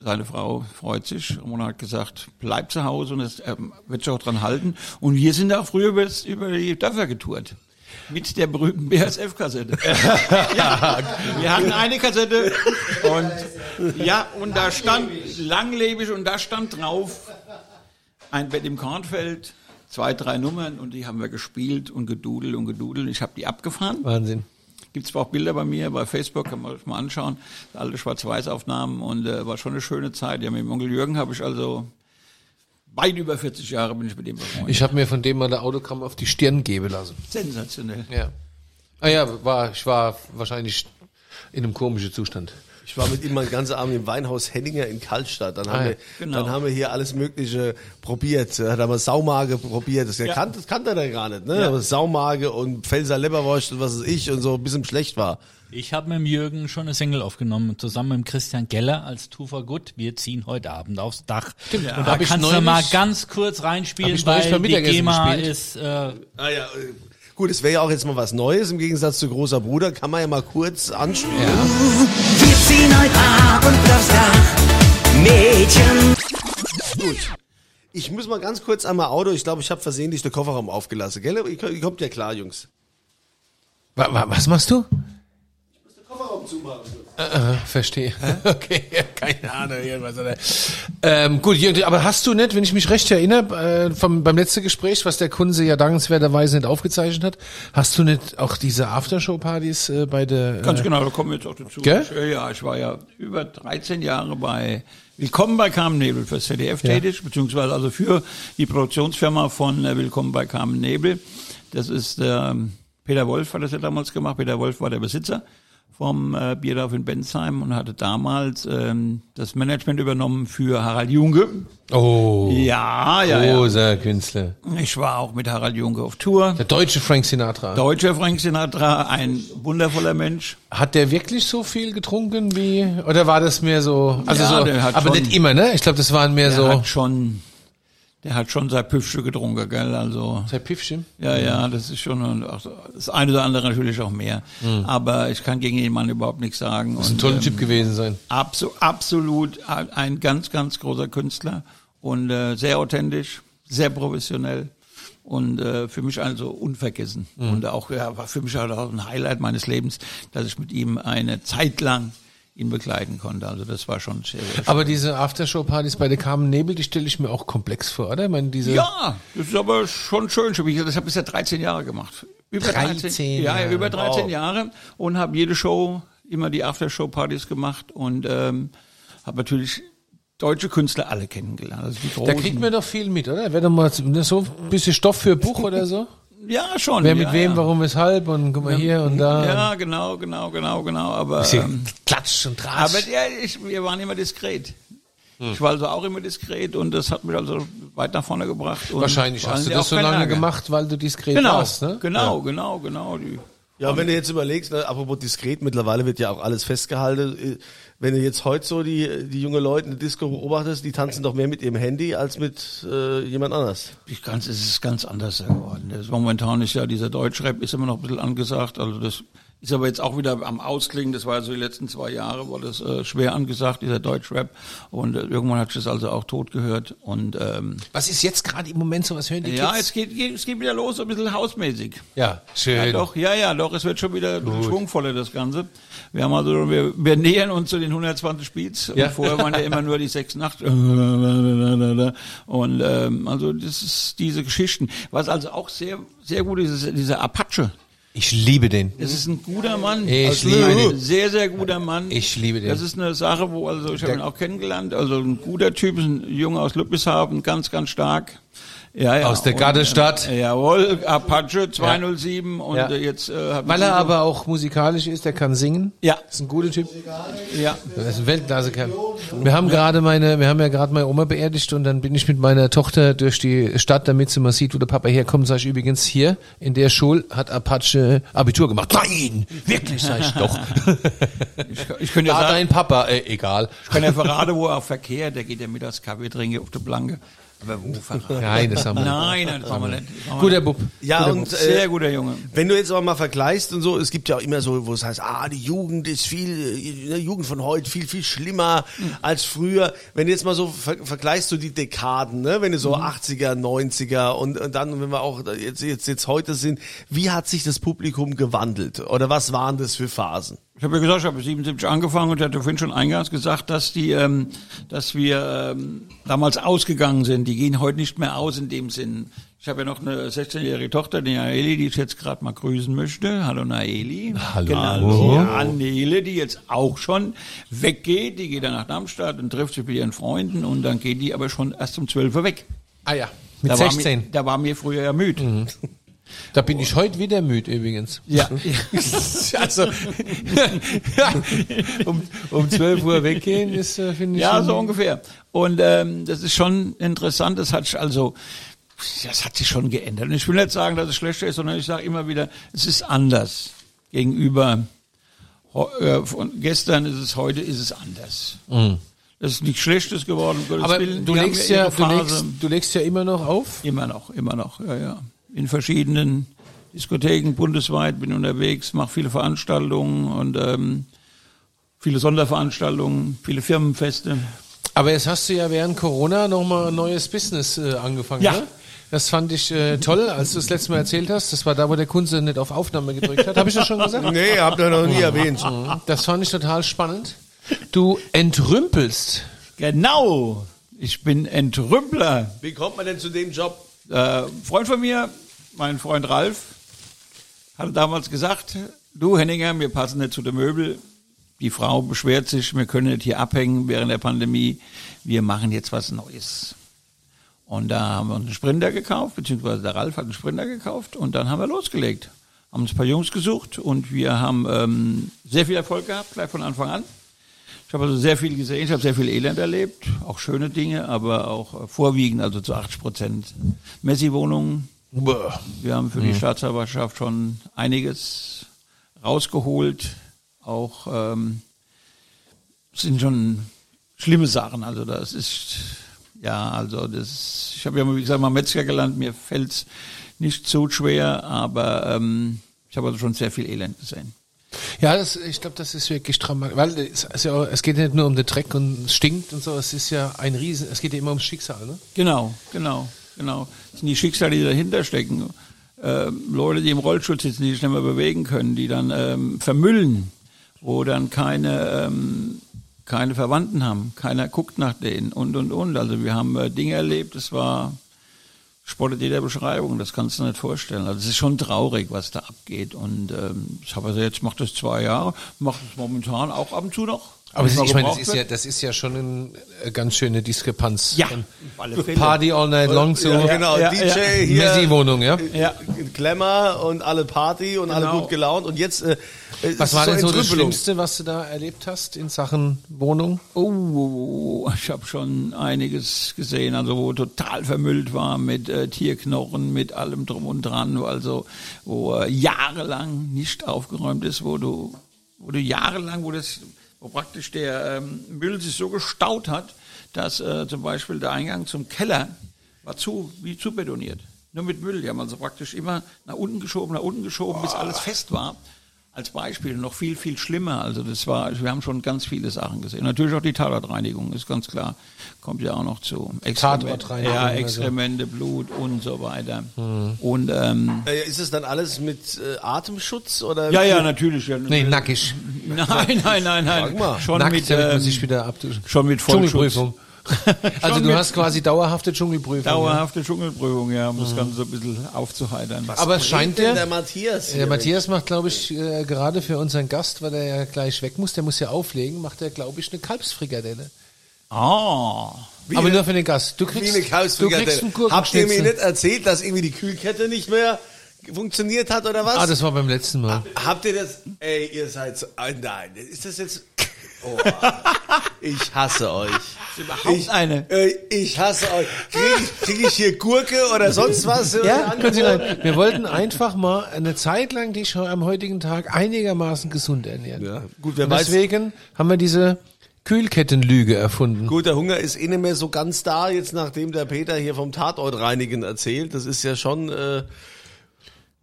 Seine Frau freut sich. Ramona hat gesagt, bleib zu Hause und es ähm, wird sich auch dran halten. Und wir sind auch früher über, das, über die Dörfer getourt. Mit der berühmten BSF-Kassette. ja, wir hatten eine Kassette und ja, und da stand langlebig und da stand drauf ein Bett im Kornfeld, zwei, drei Nummern und die haben wir gespielt und gedudelt und gedudelt. Ich habe die abgefahren. Wahnsinn. Gibt zwar auch Bilder bei mir, bei Facebook, kann man sich mal anschauen. Alte Schwarz-Weiß-Aufnahmen und äh, war schon eine schöne Zeit. Ja, mit dem Onkel Jürgen habe ich also weit über 40 Jahre bin ich mit dem befreundet. Ich habe mir von dem mal der Autogramm auf die Stirn geben lassen. Sensationell. Ja. Ah ja, war, ich war wahrscheinlich in einem komischen Zustand. Ich war mit ihm mal den ganzen Abend im Weinhaus Henninger in Kaltstadt. Dann haben, Ah, wir, genau. dann haben wir hier alles Mögliche probiert. Da hat er mal Saumage probiert. Das, ja. kannte, das kannte er dann gar nicht. Ne? Aber Saumage und Pfälzer Leberwurst und was weiß ich und so ein bisschen schlecht war. Ich habe mit dem Jürgen schon eine Single aufgenommen, zusammen mit dem Christian Geller als Two for Good. Wir ziehen heute Abend aufs Dach. Und da Hab ich kannst du neulich- mal ganz kurz reinspielen, ich neulich weil beim die Mittagessen GEMA gespielt. ist... Äh, Ah, ja. äh, Gut, es wäre ja auch jetzt mal was Neues im Gegensatz zu Großer Bruder. Kann man ja mal kurz anspielen. Wir ziehen heute Abend aufs Dach, Mädchen. Ich muss mal ganz kurz einmal Auto. Ich glaube, ich habe versehentlich den Kofferraum aufgelassen. Gell? Aber Ihr ihr kommt ja klar, Jungs. Wa wa was machst du? Kofferraum zumachen. Äh, Verstehe. (laughs) Okay, ja, keine Ahnung. Irgendwas oder. Ähm, gut, Jürgen, aber hast du nicht, wenn ich mich recht erinnere, äh, vom, beim letzten Gespräch, was der Kunze ja dankenswerterweise nicht aufgezeichnet hat, hast du nicht auch diese Aftershow-Partys äh, bei der... Ganz äh, genau, da kommen wir jetzt auch dazu. Gell? Ich, äh, ja, ich war ja über 13 Jahre bei Willkommen bei Carmen Nebel fürs ZDF tätig, beziehungsweise also für die Produktionsfirma von äh, Willkommen bei Carmen Nebel. Das ist ähm, Peter Wolf hat das ja damals gemacht. Peter Wolf war der Besitzer vom äh, Bierdorf in Bensheim und hatte damals ähm, das Management übernommen für Harald Junge. Oh, Ja, ja, ja. großer Künstler. Ich war auch mit Harald Junge auf Tour. Der deutsche Frank Sinatra. Deutscher Frank Sinatra, ein wundervoller Mensch. Hat der wirklich so viel getrunken wie oder war das mehr so? Also Ja, so, der hat aber schon- nicht immer, ne? Ich glaube, das waren mehr Der so. hat schon, der hat schon sein Püffsche getrunken, gell? Also Herr Piffchen. ja, ja, das ist schon und auch so- das eine oder andere natürlich auch mehr. Aber ich kann gegen den Mann überhaupt nichts sagen. Muss Hm. ein toller Typ Ähm. gewesen sein. abso absolut ein- ein ganz, ganz großer Künstler und äh, sehr authentisch, sehr professionell und äh, für mich also unvergessen. Hm. Und auch ja, war für mich halt auch ein Highlight meines Lebens, dass ich mit ihm eine Zeit lang ihn begleiten konnte. Also das war schon sehr, sehr Aber diese Aftershow-Partys bei der Carmen Nebel, die stelle ich mir auch komplex vor, oder? Ich meine, diese Ja, das ist aber schon schön. schon. Wie gesagt, Das habe ich ja 13 Jahre gemacht. Über 13 ja, ja, Jahre. über 13 Jahre und habe jede Show immer die Aftershow-Partys gemacht und ähm, habe natürlich deutsche Künstler alle kennengelernt. Also die da großen. kriegt man doch viel mit, oder? Wäre doch mal so ein bisschen Stoff für ein Buch oder (laughs) so. ja schon. Wer ja, mit wem, ja. warum, weshalb und guck mal hier und da. Ja, genau, genau, genau, genau. Aber Bisschen ähm, Klatsch und Tratsch. Aber ja, ich, wir waren immer diskret. Hm. Ich war also auch immer diskret und das hat mich also weit nach vorne gebracht. Und Wahrscheinlich vor hast du allen Dingen das auch so keinen lange Ärger. gemacht, weil du diskret Genau, warst, ne? genau, genau, genau, Die, Ja, und wenn du jetzt überlegst, ne, apropos diskret, mittlerweile wird ja auch alles festgehalten. äh, Wenn du jetzt heute so die, die junge Leute in der Disco beobachtest, die tanzen doch mehr mit ihrem Handy als mit äh, jemand anders. Ich ganz, es ist ganz anders geworden. Das momentan ist ja dieser Deutschrap ist immer noch ein bisschen angesagt. Also das ist aber jetzt auch wieder am Ausklingen. Das war ja so die letzten zwei Jahre, war das äh, schwer angesagt, dieser Deutschrap. Und äh, irgendwann hat ich das also auch tot gehört. Und ähm, Was ist jetzt gerade im Moment so, was hören die ja, Kids? es geht, geht, es geht wieder los, so ein bisschen hausmäßig. Ja, schön. Ja, doch, ja, ja, doch, es wird schon wieder ein bisschen schwungvoller, das Ganze. Wir haben also, wir, wir nähern uns zu den 120 Speeds. Ja. Und vorher waren ja immer nur die 6 Nacht. Und, ähm, also, das ist diese Geschichten. Was also auch sehr, sehr gut ist, ist dieser Apache. Ich liebe den. Das ist ein guter Mann. Ich Also liebe ein den. Sehr, sehr guter Mann. Ich liebe den. Das ist eine Sache, wo, also, ich habe ihn auch kennengelernt. Also, ein guter Typ, ist ein Junge aus Lübbishaven, ganz, ganz stark. Ja, ja. Aus der Und, Gardestadt. Äh, jawohl, Apache 207 und Ja. äh, jetzt äh, hab Weil ich- er aber auch musikalisch ist, der kann singen. Ja. Ist ein guter Typ. Ja. Er ist ein Weltklasse-Kerl. Wir haben gerade meine, wir haben ja gerade meine Oma beerdigt und dann bin ich mit meiner Tochter durch die Stadt, damit sie mal sieht, wo der Papa herkommt. Sag ich übrigens hier, in der Schule hat Apache Abitur gemacht. Nein! Wirklich, sag ich doch. (laughs) Ich, ich könnte ja Da sagen, dein Papa, äh, egal. ich kann ja verraten, wo er verkehrt, der geht ja mittags Kaffee trinken auf der Blanke. Aber (laughs) wo verraten? Nein, das haben wir nicht. Nein, nein, das machen wir nicht. Das machen wir Guter Bub. Ja, und nicht. äh, Sehr guter Junge. wenn du jetzt aber mal vergleichst und so, es gibt ja auch immer so, wo es heißt, ah, die Jugend ist viel, äh, die Jugend von heute viel, viel schlimmer als früher. Wenn du jetzt mal so ver vergleichst, so die Dekaden, ne? wenn du so 80er, 90er und, und dann, wenn wir auch jetzt, jetzt, jetzt heute sind, wie hat sich das Publikum gewandelt? Oder was waren das für Phasen? Ich habe ja gesagt, ich habe 77 angefangen und hatte vorhin schon eingangs gesagt, dass die, ähm, dass wir ähm, damals ausgegangen sind. Die gehen heute nicht mehr aus in dem Sinn. Ich habe ja noch eine 16-jährige Tochter, die Naeli, die ich jetzt gerade mal grüßen möchte. Hallo Naeli. Hallo. Genau, die Annele, die jetzt auch schon weggeht. Die geht dann nach Darmstadt und trifft sich mit ihren Freunden und dann geht die aber schon erst um 12 Uhr weg. Ah ja, mit da War 16. mir, da war mir früher ja müde. Da bin ich heute wieder müde übrigens. Ja. (laughs) Also, (laughs) um, um 12 Uhr weggehen ist, äh, finde ich. Ja, schon- so ungefähr. Und ähm, das ist schon interessant. Das hat sich also, das hat sich schon geändert. Und ich will nicht sagen, dass es schlechter ist, sondern ich sage immer wieder, es ist anders gegenüber Ho- äh, Von gestern ist es, heute ist es anders. Das ist nichts Schlechtes geworden, um Gottes Mhm. Aber Willen. du Die haben legst ihre ja, du Phase. legst, du legst ja immer noch auf. Immer noch, immer noch, ja, ja. In verschiedenen Diskotheken bundesweit bin unterwegs, mache viele Veranstaltungen und ähm, viele Sonderveranstaltungen, viele Firmenfeste. Aber jetzt hast du ja während Corona nochmal ein neues Business äh, angefangen, Ja. ne? Das fand ich äh, toll, als du das letzte Mal erzählt hast. Das war da, wo der Kunde nicht auf Aufnahme gedrückt hat. Habe ich das schon gesagt? (laughs) Mhm. Nee, habt ihr noch nie erwähnt. Das fand ich total spannend. Du entrümpelst. Genau, ich bin Entrümpler. Wie kommt man denn zu dem Job? Äh, ein Freund von mir, mein Freund Ralf, hatte damals gesagt, du Henninger, wir passen nicht zu den Möbel. Die Frau beschwert sich, wir können nicht hier abhängen während der Pandemie. Wir machen jetzt was Neues. Und da haben wir uns einen Sprinter gekauft, beziehungsweise der Ralf hat einen Sprinter gekauft und dann haben wir losgelegt. Haben uns ein paar Jungs gesucht und wir haben ähm, sehr viel Erfolg gehabt, gleich von Anfang an. Ich habe also sehr viel gesehen, ich habe sehr viel Elend erlebt, auch schöne Dinge, aber auch äh, vorwiegend, also zu 80 Prozent Messi-Wohnungen. Wir haben für die Staatsanwaltschaft schon einiges rausgeholt, auch ähm, sind schon schlimme Sachen. Also das ist ja, also das. Ich habe ja mal wie gesagt mal Metzger gelernt. Mir fällt's nicht so schwer, aber ähm, ich habe also schon sehr viel Elend gesehen. Ja, das, ich glaube, das ist wirklich dramatisch. Weil es, ist ja auch, es geht ja nicht nur um den Dreck und es stinkt und so. Es ist ja ein Riesen. Es geht ja immer ums Schicksal, ne? Genau, genau, genau. Das sind die Schicksale, die dahinter stecken. Ähm, Leute, die im Rollstuhl sitzen, die sich nicht mehr bewegen können, die dann ähm, vermüllen, wo dann keine, ähm, keine Verwandten haben, keiner guckt nach denen und, und, und. Also wir haben äh, Dinge erlebt, das war spottet jeder Beschreibung, das kannst du nicht vorstellen. Also es ist schon traurig, was da abgeht. Und ähm, ich habe also jetzt, macht das zwei Jahre, macht das momentan auch ab und zu noch. Aber es ist, Wenn ich meine, das gebraucht ist wird. ja, das ist ja schon ein, eine ganz schöne Diskrepanz. Ja, Von auf alle Fälle. Party all night long zu Ja, genau, ja, DJ ja. hier. Messi-Wohnung, ja? Ja, Glamour und alle Party und alle Genau. gut gelaunt. Und jetzt äh, es Was ist war denn so das Entrümpelung. Schlimmste, was du da erlebt hast in Sachen Wohnung? Oh, ich habe schon einiges gesehen, also wo total vermüllt war mit äh, Tierknochen, mit allem drum und dran, wo also wo äh, jahrelang nicht aufgeräumt ist, wo du, wo du jahrelang, wo das, wo praktisch der ähm, Müll sich so gestaut hat, dass äh, zum Beispiel der Eingang zum Keller war zu wie zu betoniert, nur mit Müll. Die haben also praktisch immer nach unten geschoben, nach unten geschoben, bis alles fest war als Beispiel noch viel, viel schlimmer. Also das war, wir haben schon ganz viele Sachen gesehen. Natürlich auch die Tatortreinigung, ist ganz klar. Kommt ja auch noch zu. Tatortreinigung, Ja, also. Exkremente, Blut und so weiter. Und ähm, Äh, Ist es dann alles mit äh, Atemschutz oder? ja, ja, natürlich. Ja, (laughs) Nee, nackig. Nein, nein, Sag nein, nein. mal. Schon Nackt, mit, damit man ähm, sich wieder abduschen. schon mit Vollschutz. (laughs) Dschungelprüfung. also Schon du mit- hast quasi dauerhafte Dschungelprüfung. ja. Dauerhafte Dschungelprüfung, ja, um das Ganze so ein bisschen aufzuheitern. Aber es Scheint scheint denn der der, Matthias? der Matthias macht, glaube ich, äh, gerade für unseren Gast, weil er ja gleich weg muss, der muss ja auflegen, macht er, glaube ich, eine Kalbsfrikadelle. Ah, Aber eine- nur für den Gast. Du wie kriegst, eine du kriegst einen Kalbsbrigade. Habt ihr mir Gurkenschnitzel. nicht erzählt, dass irgendwie die Kühlkette nicht mehr funktioniert hat oder was? Ah, das war beim letzten Mal. Habt ihr das? Ey, ihr seid so. ah, nein, ist das jetzt. Oh, (laughs) ich hasse euch. überhaupt eine. Äh, ich hasse euch. Krieg ich, krieg ich hier Gurke oder sonst was? Ja, können Sie rein. Wir wollten einfach mal eine Zeit lang dich schon am heutigen Tag einigermaßen gesund ernähren. Ja, gut, wer Und weiß- Deswegen haben wir diese Kühlkettenlüge erfunden. Gut, der Hunger ist eh nicht mehr so ganz da, jetzt nachdem der Peter hier vom Tatort reinigen erzählt. Das ist ja schon. Äh,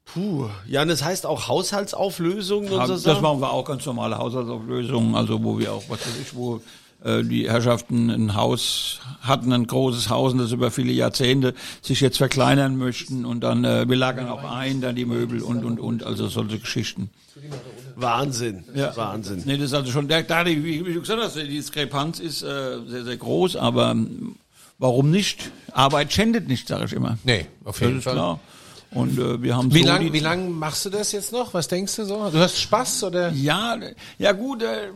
puh. Ja, und das heißt auch Haushaltsauflösungen und so Haben, das Sachen. machen wir auch ganz normale Haushaltsauflösungen, also wo wir auch, was weiß ich, wo äh, die Herrschaften ein Haus hatten, ein großes Haus, und das über viele Jahrzehnte sich jetzt verkleinern möchten und dann, äh, wir lagern auch ein, dann die Möbel und, und, und, also solche Geschichten. Wahnsinn. Wahnsinn. Nee, das ist also schon, da, da die, wie wie du gesagt hast, die Diskrepanz ist äh, sehr, sehr groß, aber ähm, warum nicht? Arbeit schändet nicht, sage ich immer. Nee, auf das ist klar. Und äh, wir haben Wie so lange die- wie lang machst du das jetzt noch? Was denkst du so? Du hast Spaß oder? Ja, ja gut. Äh,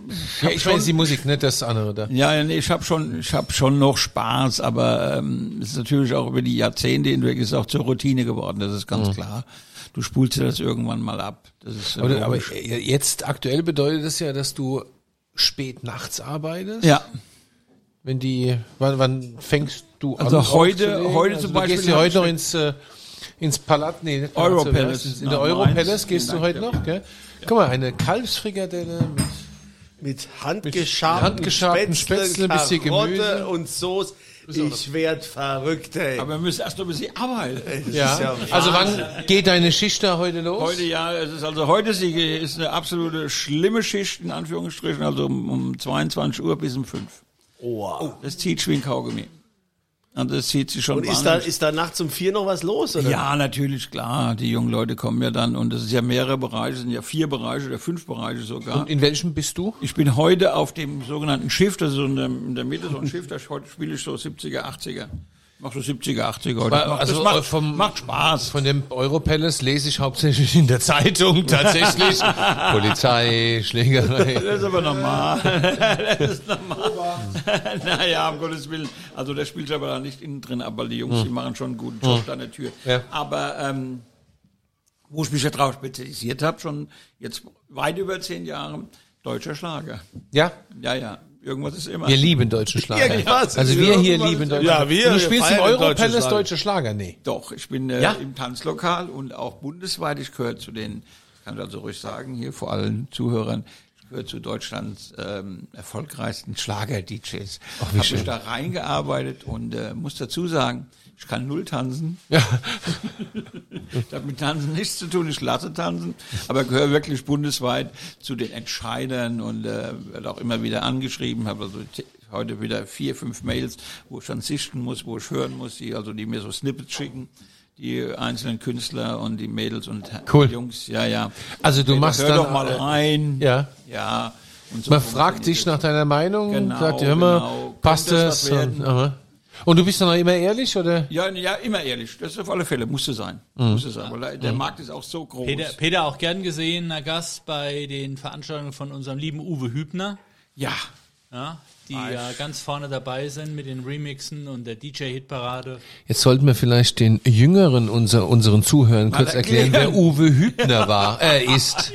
ja, ich schon- weiß die Musik, nicht das andere da. Ja, ja, nee, ich hab schon, ich hab schon noch Spaß, aber ähm, es ist natürlich auch über die Jahrzehnte hinweg ist auch zur Routine geworden. Das ist Mhm. ganz klar. Du spulst dir das irgendwann mal ab. Das ist ja Aber, du- aber logisch. jetzt aktuell bedeutet das ja, dass du spät nachts arbeitest. ja, Wenn die, wann, wann fängst du an? Also heute- aufzulegen? Also heute zum du Beispiel Gehst du heute hab noch ins, äh, ins Palat, nee, nicht Palat, Europalace. sondern ins- In der Nach Mainz. Europalace gehst du Vielen heute Dank, noch, gell? Guck mal, eine Kalbsfrikadelle mit Mit handgeschabten, handgeschabten Spätzle, Spätzle, bisschen Karotte Gemüse. und Soße. Ich werd verrückt, ey. Aber wir müssen erst noch ein bisschen arbeiten. Äh, Das Ja. ist ja also wann geht deine Schicht da heute los? Heute ja, es ist also heute ist, die, ist eine absolute schlimme Schicht, in Anführungsstrichen, also um, um 22 Uhr bis um 5. Oh. Das zieht wie ein Kaugummi. Und das zieht sich schon Und ist da, wahnsinnig. ist da nachts um vier noch was los? Oder? Ja, natürlich, klar. Die jungen Leute kommen ja dann und es ist ja mehrere Bereiche, es sind ja vier Bereiche oder fünf Bereiche sogar. In welchem bist du? Ich bin heute auf dem sogenannten Schiff, das ist so in der, in der Mitte so ein Schiff, da sch- heute spiele ich so 70er, 80er. Mach so 70er, 80er heute. Weil, Das macht- also, das äh, macht, vom- macht Spaß. Von dem Europalace lese ich hauptsächlich in der Zeitung (laughs) tatsächlich. Polizei, Schlägerei. Das ist aber normal. (laughs) Das ist normal. (laughs) naja, um Gottes Willen. Also der spielt aber da nicht innen drin, aber die Jungs, die machen schon einen guten Job an der Tür. Hm. Ja. Aber ähm, wo ich mich ja drauf spezialisiert habe, schon jetzt weit über zehn Jahre, deutscher Schlager. Ja, Ja, ja. Irgendwas ist immer. wir lieben deutschen Schlager. genau. Irgendwas. Also wir hier Irgendwas. lieben deutschen Ja, wir- Du wir spielst im feiern deutschen Europalace Schlager. deutsche Schlager? Nee. Doch, ich bin äh, Ja? im Tanzlokal und auch bundesweit. Ich gehöre zu den, ich kann also ruhig sagen, hier vor allen Zuhörern, ich gehöre zu Deutschlands ähm, erfolgreichsten Schlager-DJs. Habe mich da reingearbeitet und äh, muss dazu sagen, ich kann null tanzen. Ja. (laughs) Ich habe mit Tanzen nichts zu tun, ich lasse tanzen, aber gehöre wirklich bundesweit zu den Entscheidern und äh, werde auch immer wieder angeschrieben, habe also t- heute wieder vier, fünf Mails, wo ich dann sichten muss, wo ich hören muss, die, also die mir so Snippets schicken, die einzelnen Künstler und die Mädels und Cool. Jungs, ja, ja. Also du Hey, machst hör dann- doch mal rein. Ja. Ja. Und so Man fragt dich nach deiner Meinung Genau, und sagt, hör mal, genau. passt Könnte das? es was Und, werden? aha. und du bist dann auch immer ehrlich, oder? Ja, ja, immer ehrlich. Das ist auf alle Fälle. Musste sein. Mhm. Musste sein. Weil der Markt ist auch so groß. Peter, Peter auch gern gesehener Gast bei den Veranstaltungen von unserem lieben Uwe Hübner, Ja. ja, die ja ganz vorne dabei sind mit den Remixen und der DJ-Hitparade. Jetzt sollten wir vielleicht den Jüngeren, unser, unseren Zuhörern kurz erklären, wer Uwe Hübner war, äh, ist.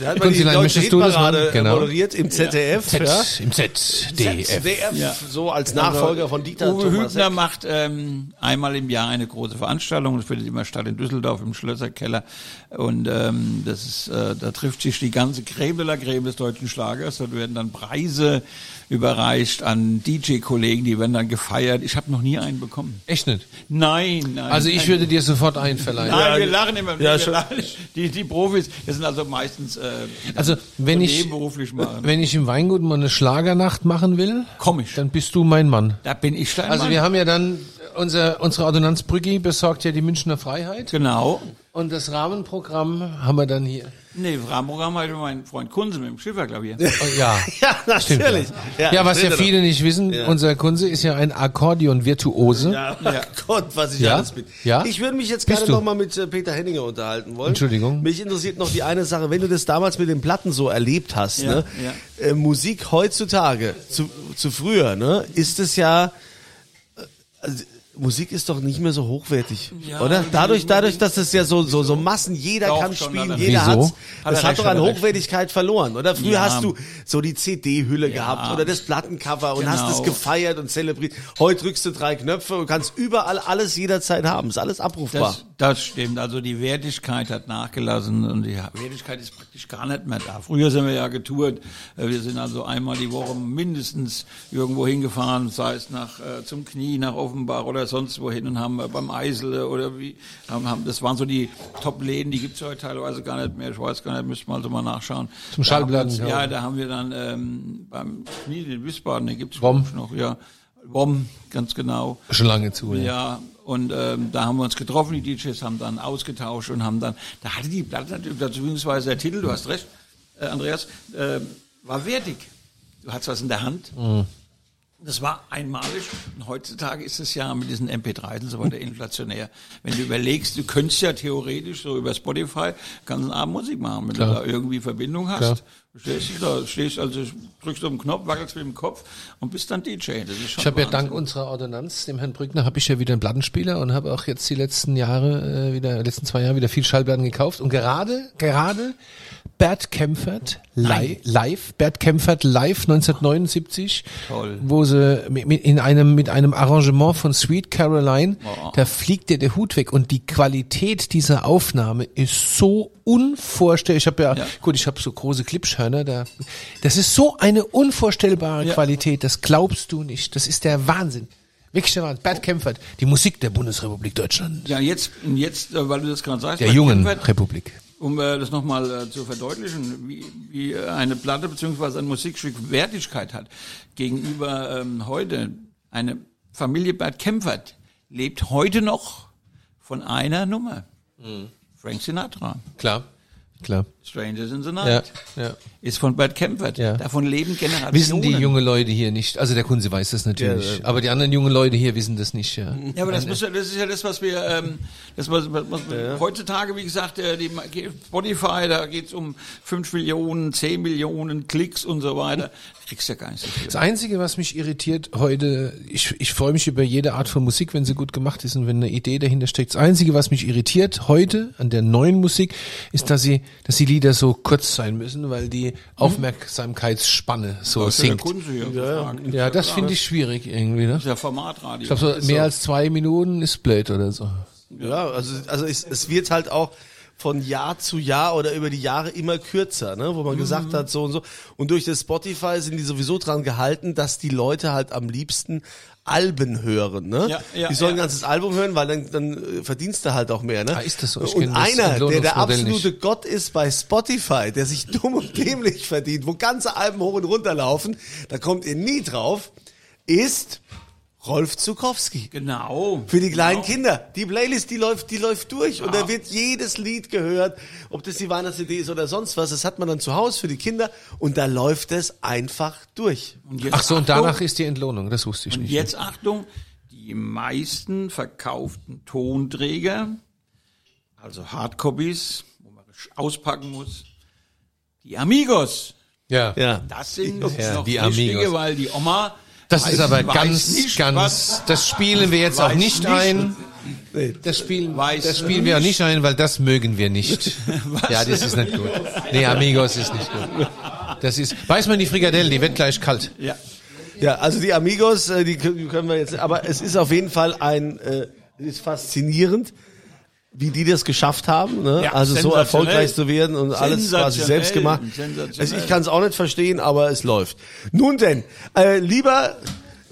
Da hat man die Kunzilein, deutsche möchtest du das machen? Hitparade äh, Genau. moderiert im ZDF. Ja. Z, Im ZDF. ZDF, so als Nachfolger von Dieter Also, Uwe Thomas Hübner Heck. macht ähm, einmal im Jahr eine große Veranstaltung. Das findet immer statt in Düsseldorf im Schlösserkeller. Und ähm, das ist, äh, da trifft sich die ganze Creme de la Creme des deutschen Schlagers. Dort werden dann Preise überreicht an DJ-Kollegen, die werden dann gefeiert. Ich habe noch nie einen bekommen. Echt nicht. Nein, nein. Also ich nein. würde dir sofort einverleihen. Nein, Ja, wir lachen immer. ja, wir schon. lachen. Die, die Profis, das sind also meistens äh, die Also wenn das ich, nebenberuflich machen. wenn ich im Weingut mal eine Schlagernacht machen will, Komisch. dann bist du mein Mann. Da bin ich Steinmann. Also wir haben ja dann, unser, unsere Ordonnanz Brügge besorgt ja die Münchner Freiheit genau. und das Rahmenprogramm haben wir dann hier. Nee, Rahmenprogramm hatte mein Freund Kunze mit dem Schifferklavier. Oh, ja. Ja, natürlich. (laughs) Ja, was ja stimmt. viele nicht wissen, unser Kunze ist ja ein Akkordeon-Virtuose. Ja, (laughs) Gott, was ich Ja? alles bin. Ja? Ich würde mich jetzt Bist gerne du? nochmal mit äh, Peter Henninger unterhalten wollen. Entschuldigung. Mich interessiert noch die eine Sache, wenn du das damals mit den Platten so erlebt hast, Ja, ne? Äh, Musik heutzutage zu, zu früher, ne? Ist es ja. äh, Also, Musik ist doch nicht mehr so hochwertig, Ja, oder? die- Dadurch, dadurch, dass es ja so so so Massen, jeder Doch, kann schon, spielen, hat er jeder recht. hat's. Wieso? Hat Das er hat recht, doch an hat er recht. Hochwertigkeit verloren, oder? Früher Ja. hast du so die CD-Hülle gehabt oder das Plattencover und hast es Genau. gefeiert und zelebriert. Heute drückst du drei Knöpfe und kannst überall alles jederzeit haben. Ist alles abrufbar. Das, das stimmt. Also die Wertigkeit hat nachgelassen und die Wertigkeit ist praktisch gar nicht mehr da. Früher sind wir ja getourt. Äh, Wir sind also einmal die Woche mindestens irgendwo hingefahren, sei es nach äh, zum Knie, nach Offenbach oder sonst wohin und haben äh, beim Eisel oder wie haben, haben das waren so die Top-Läden, die gibt's heute teilweise gar nicht mehr. Ich weiß gar nicht, müssen wir also mal nachschauen. Zum Da haben Schallplatten, wir uns- ja. Ja, da haben wir dann ähm, beim Knie in Wiesbaden, den gibt's Wom. glaub ich, noch, ja. Wom, ganz genau. Schon lange zu. Ja. Ja, und ähm, da haben wir uns getroffen, die DJs haben dann ausgetauscht und haben dann, da hatte die Platte, natürlich- beziehungsweise der Titel, du hast recht, äh, Andreas, ähm, war wertig. Du hattest was in der Hand. Mhm. Das war einmalig. Und heutzutage ist es ja mit diesen MP3s und so weiter inflationär. Wenn du überlegst, du könntest ja theoretisch so über Spotify ganzen Abend Musik machen, wenn du da irgendwie Verbindung hast. Stehst du da, stehst also, drückst du auf den Knopf, wackelst mit dem Kopf und bist dann DJ. Das ist schon Ich habe ja Wahnsinn. dank unserer Ordonnanz, dem Herrn Brückner, habe ich ja wieder einen Plattenspieler und habe auch jetzt die letzten Jahre, äh, wieder, letzten zwei Jahre wieder viel Schallplatten gekauft. Und gerade, gerade Bert Kempfert li live, Bert Kempfert live 1979, Toll. wo sie mit, mit, in einem, mit einem Arrangement von Sweet Caroline, da fliegt dir der Hut weg. Und die Qualität dieser Aufnahme ist so unvorstellbar. Ich habe ja, Ja. gut, ich habe so große Klipschhörner, da, das ist so eine unvorstellbare Ja. Qualität, das glaubst du nicht. Das ist der Wahnsinn. Wirklich der Wahnsinn. Bert Kempfert, die Musik der Bundesrepublik Deutschland. Ja, jetzt, jetzt, äh, weil du das gerade sagst, Der bei jungen Kempfert, Republik. um äh, das nochmal äh, zu verdeutlichen, wie, wie äh, eine Platte beziehungsweise ein Musikstück Wertigkeit hat gegenüber ähm, heute. Eine Familie Bert Kempfert lebt heute noch von einer Nummer. Frank Sinatra, Klar. Klar. Strangers in the Ja, Night, ja. ist von Bert Kempfert. Ja. Davon leben Generationen. Wissen die jungen Leute hier nicht. Also der Kunze weiß das natürlich. Ja, ja. Aber die anderen jungen Leute hier wissen das nicht. Ja. Ja, aber das, muss, ja- das ist ja das, was wir, ähm, das was, was, was heutzutage, wie gesagt, äh, die, Spotify, da geht's um 5 Millionen, 10 Millionen Klicks und so weiter. Kriegst ja gar nicht so viel. Das Einzige, was mich irritiert heute, ich, ich freue mich über jede Art von Musik, wenn sie gut gemacht ist und wenn eine Idee dahinter steckt. Das Einzige, was mich irritiert heute an der neuen Musik, ist, dass sie, dass die Lieder so kurz sein müssen, weil die Aufmerksamkeitsspanne so Das ist ja der sinkt. Kunze hier gefragt. Ja, das finde ich schwierig irgendwie. Ne? Das ist ja Formatradio. Also Ich glaube, Das so ist mehr so. als zwei Minuten ist blöd oder so. Ja, also, also es, es wird halt auch von Jahr zu Jahr oder über die Jahre immer kürzer, ne? wo man gesagt Mhm. hat, so und so. Und durch das Spotify sind die sowieso dran gehalten, dass die Leute halt am liebsten Alben hören. Ne? Ja, ja, die sollen ein ja. ganzes Album hören, weil dann, dann äh, verdienst du halt auch mehr. Ne? Ah, ist das so? Ich Und kenn das einer, der der Entlohnungsmodell absolute Gott ist bei Spotify, der sich dumm und dämlich verdient, wo ganze Alben hoch und runter laufen, da kommt ihr nie drauf, ist Rolf Zukowski. Genau. Für die kleinen Kinder. Die Playlist, die läuft, die läuft durch und da wird jedes Lied gehört, ob das die Weihnachts-CD ist oder sonst was. Das hat man dann zu Hause für die Kinder und da läuft es einfach durch. Und jetzt Ach so, und Achtung. danach ist die Entlohnung, das wusste ich Und nicht. jetzt Achtung, die meisten verkauften Tonträger, also Hardcopies, wo man auspacken muss, die Amigos. Ja. Ja. Das sind Ja, noch die frisch Amigos. Dinge, weil die Oma Das weiß- ist aber weiß ganz, nicht, ganz, was- das spielen wir jetzt auch Weiß nicht nicht. ein. Nee. Das spielen, Weiß das spielen wir auch nicht ein, weil das mögen wir (laughs) nicht. Ja, das ist nicht gut. Nee, Amigos ist nicht gut. Das ist, weiß man die Frikadelle, die wird gleich kalt. Ja. Ja, also die Amigos, äh, die kö- die können wir jetzt, aber es ist auf jeden Fall ein, äh, es ist faszinierend, wie die das geschafft haben, ne? Ja, also so sensationell. erfolgreich zu werden und alles quasi Sensationell, selbst gemacht. sensationell. Also ich kann es auch nicht verstehen, aber es läuft. Nun denn, äh, lieber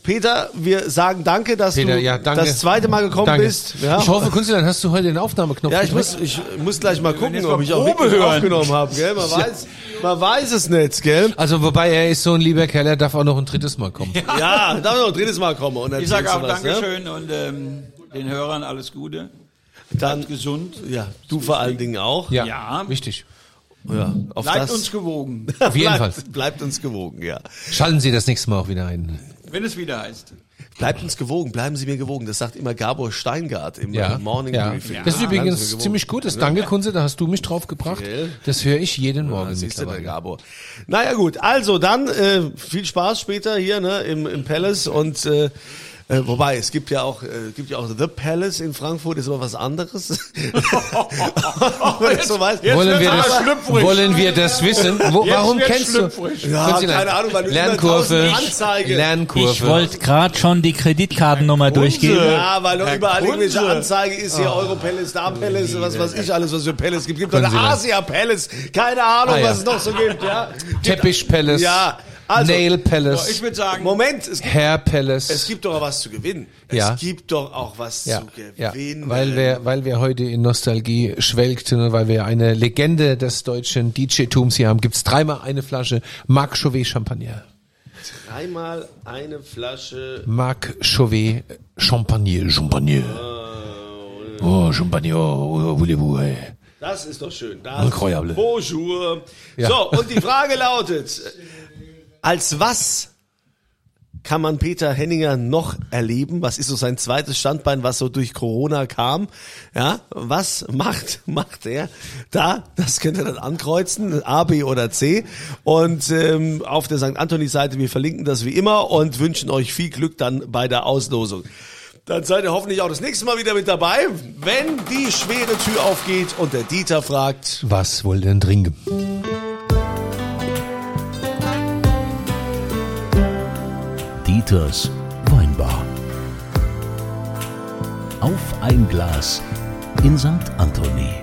Peter, wir sagen danke, dass Peter, du ja, danke. das zweite Mal gekommen Danke. bist. Ja. Ich hoffe, Kunze, dann hast du heute den Aufnahmeknopf. ja, ich gedrückt. muss, ich muss gleich mal gucken, jetzt mal ob ich auch Probe wirklich hören. aufgenommen habe, gell? Man weiß, man weiß es nicht, (laughs) gell? Also, wobei, er ist so ein lieber Kerl, er darf auch noch ein drittes Mal kommen. Ja, darf ich noch ein drittes Mal kommen und Ich sage erzählst auch du was, ne? Dankeschön und ähm, den Hörern alles Gute. Dann, Gesund. ja, du vor allen Dingen auch. Ja, Ja. wichtig. Ja, auf Bleibt das- (laughs) uns gewogen, Auf jeden bleibt, Fall. Bleibt uns gewogen, ja. Schalten Sie das nächste Mal auch wieder ein. wenn es wieder heißt. Bleibt uns gewogen, bleiben Sie mir gewogen. Das sagt immer Gabor Steingart im Ja. äh, Morning ja. Briefing. Das Bleiben ist Sie mir übrigens gewogen. ziemlich gut. Das Danke, Kunze, da hast du mich drauf gebracht. Gell? Das höre ich jeden Morgen Ja, siehst du, der mittlerweile. Gabor. Naja gut, also dann äh, viel Spaß später hier ne, im, im Palace und äh, äh, wobei es gibt ja auch äh, gibt ja auch The Palace in Frankfurt ist aber was (laughs) anderes. (laughs) Wenn ich so weiß. wollen wir, wird's das, aber schlüpfrig. wollen wir das wissen? Wo, Jetzt warum wird's kennst du? schlüpfrig. Ja, Kannst du keine lernen. Ahnung, weil du über Lernkurve. 1000 Anzeige- Lernkurve. Ich wollte gerade schon die Kreditkartennummer durchgehen. Ja, weil doch überall Kunze. irgendwelche Anzeige ist hier Europalace, da Palace, was weiß ich alles, was für Palace gibt. Gibt Ah. Können oder Sie Asia das? Palace, keine Ahnung, Ah, ja. was es noch so gibt, ja. Teppich Palace. Ja, also- Nail Palace. So, ich würde sagen, Moment, es gibt, Hair Palace. es gibt doch auch was zu gewinnen. Ja. Es gibt doch auch was zu ja, gewinnen. weil wir, weil wir heute in Nostalgie schwelgten und weil wir eine Legende des deutschen DJ-Tums hier haben, gibt's dreimal eine Flasche Marc Chauvet Champagner. Einmal eine Flasche. Marc Chauvet Champagner, Champagner. Oh, Champagner, oh, voulez-vous, ey. Das ist doch schön. Das Incroyable. Bonjour. Ja. So, und die Frage lautet, als was kann man Peter Henninger noch erleben? Was ist so sein zweites Standbein, was so durch Corona kam? Ja, was macht, (laughs) macht er da? Das könnt ihr dann ankreuzen, A, B oder C. Und ähm, auf der St. Anthony-Seite, wir verlinken das wie immer und wünschen euch viel Glück dann bei der Auslosung. Dann seid ihr hoffentlich auch das nächste Mal wieder mit dabei, wenn die schwere Tür aufgeht und der Dieter fragt, Was wollt ihr denn trinken? Dieters Weinbar. Auf ein Glas in St. Anthony.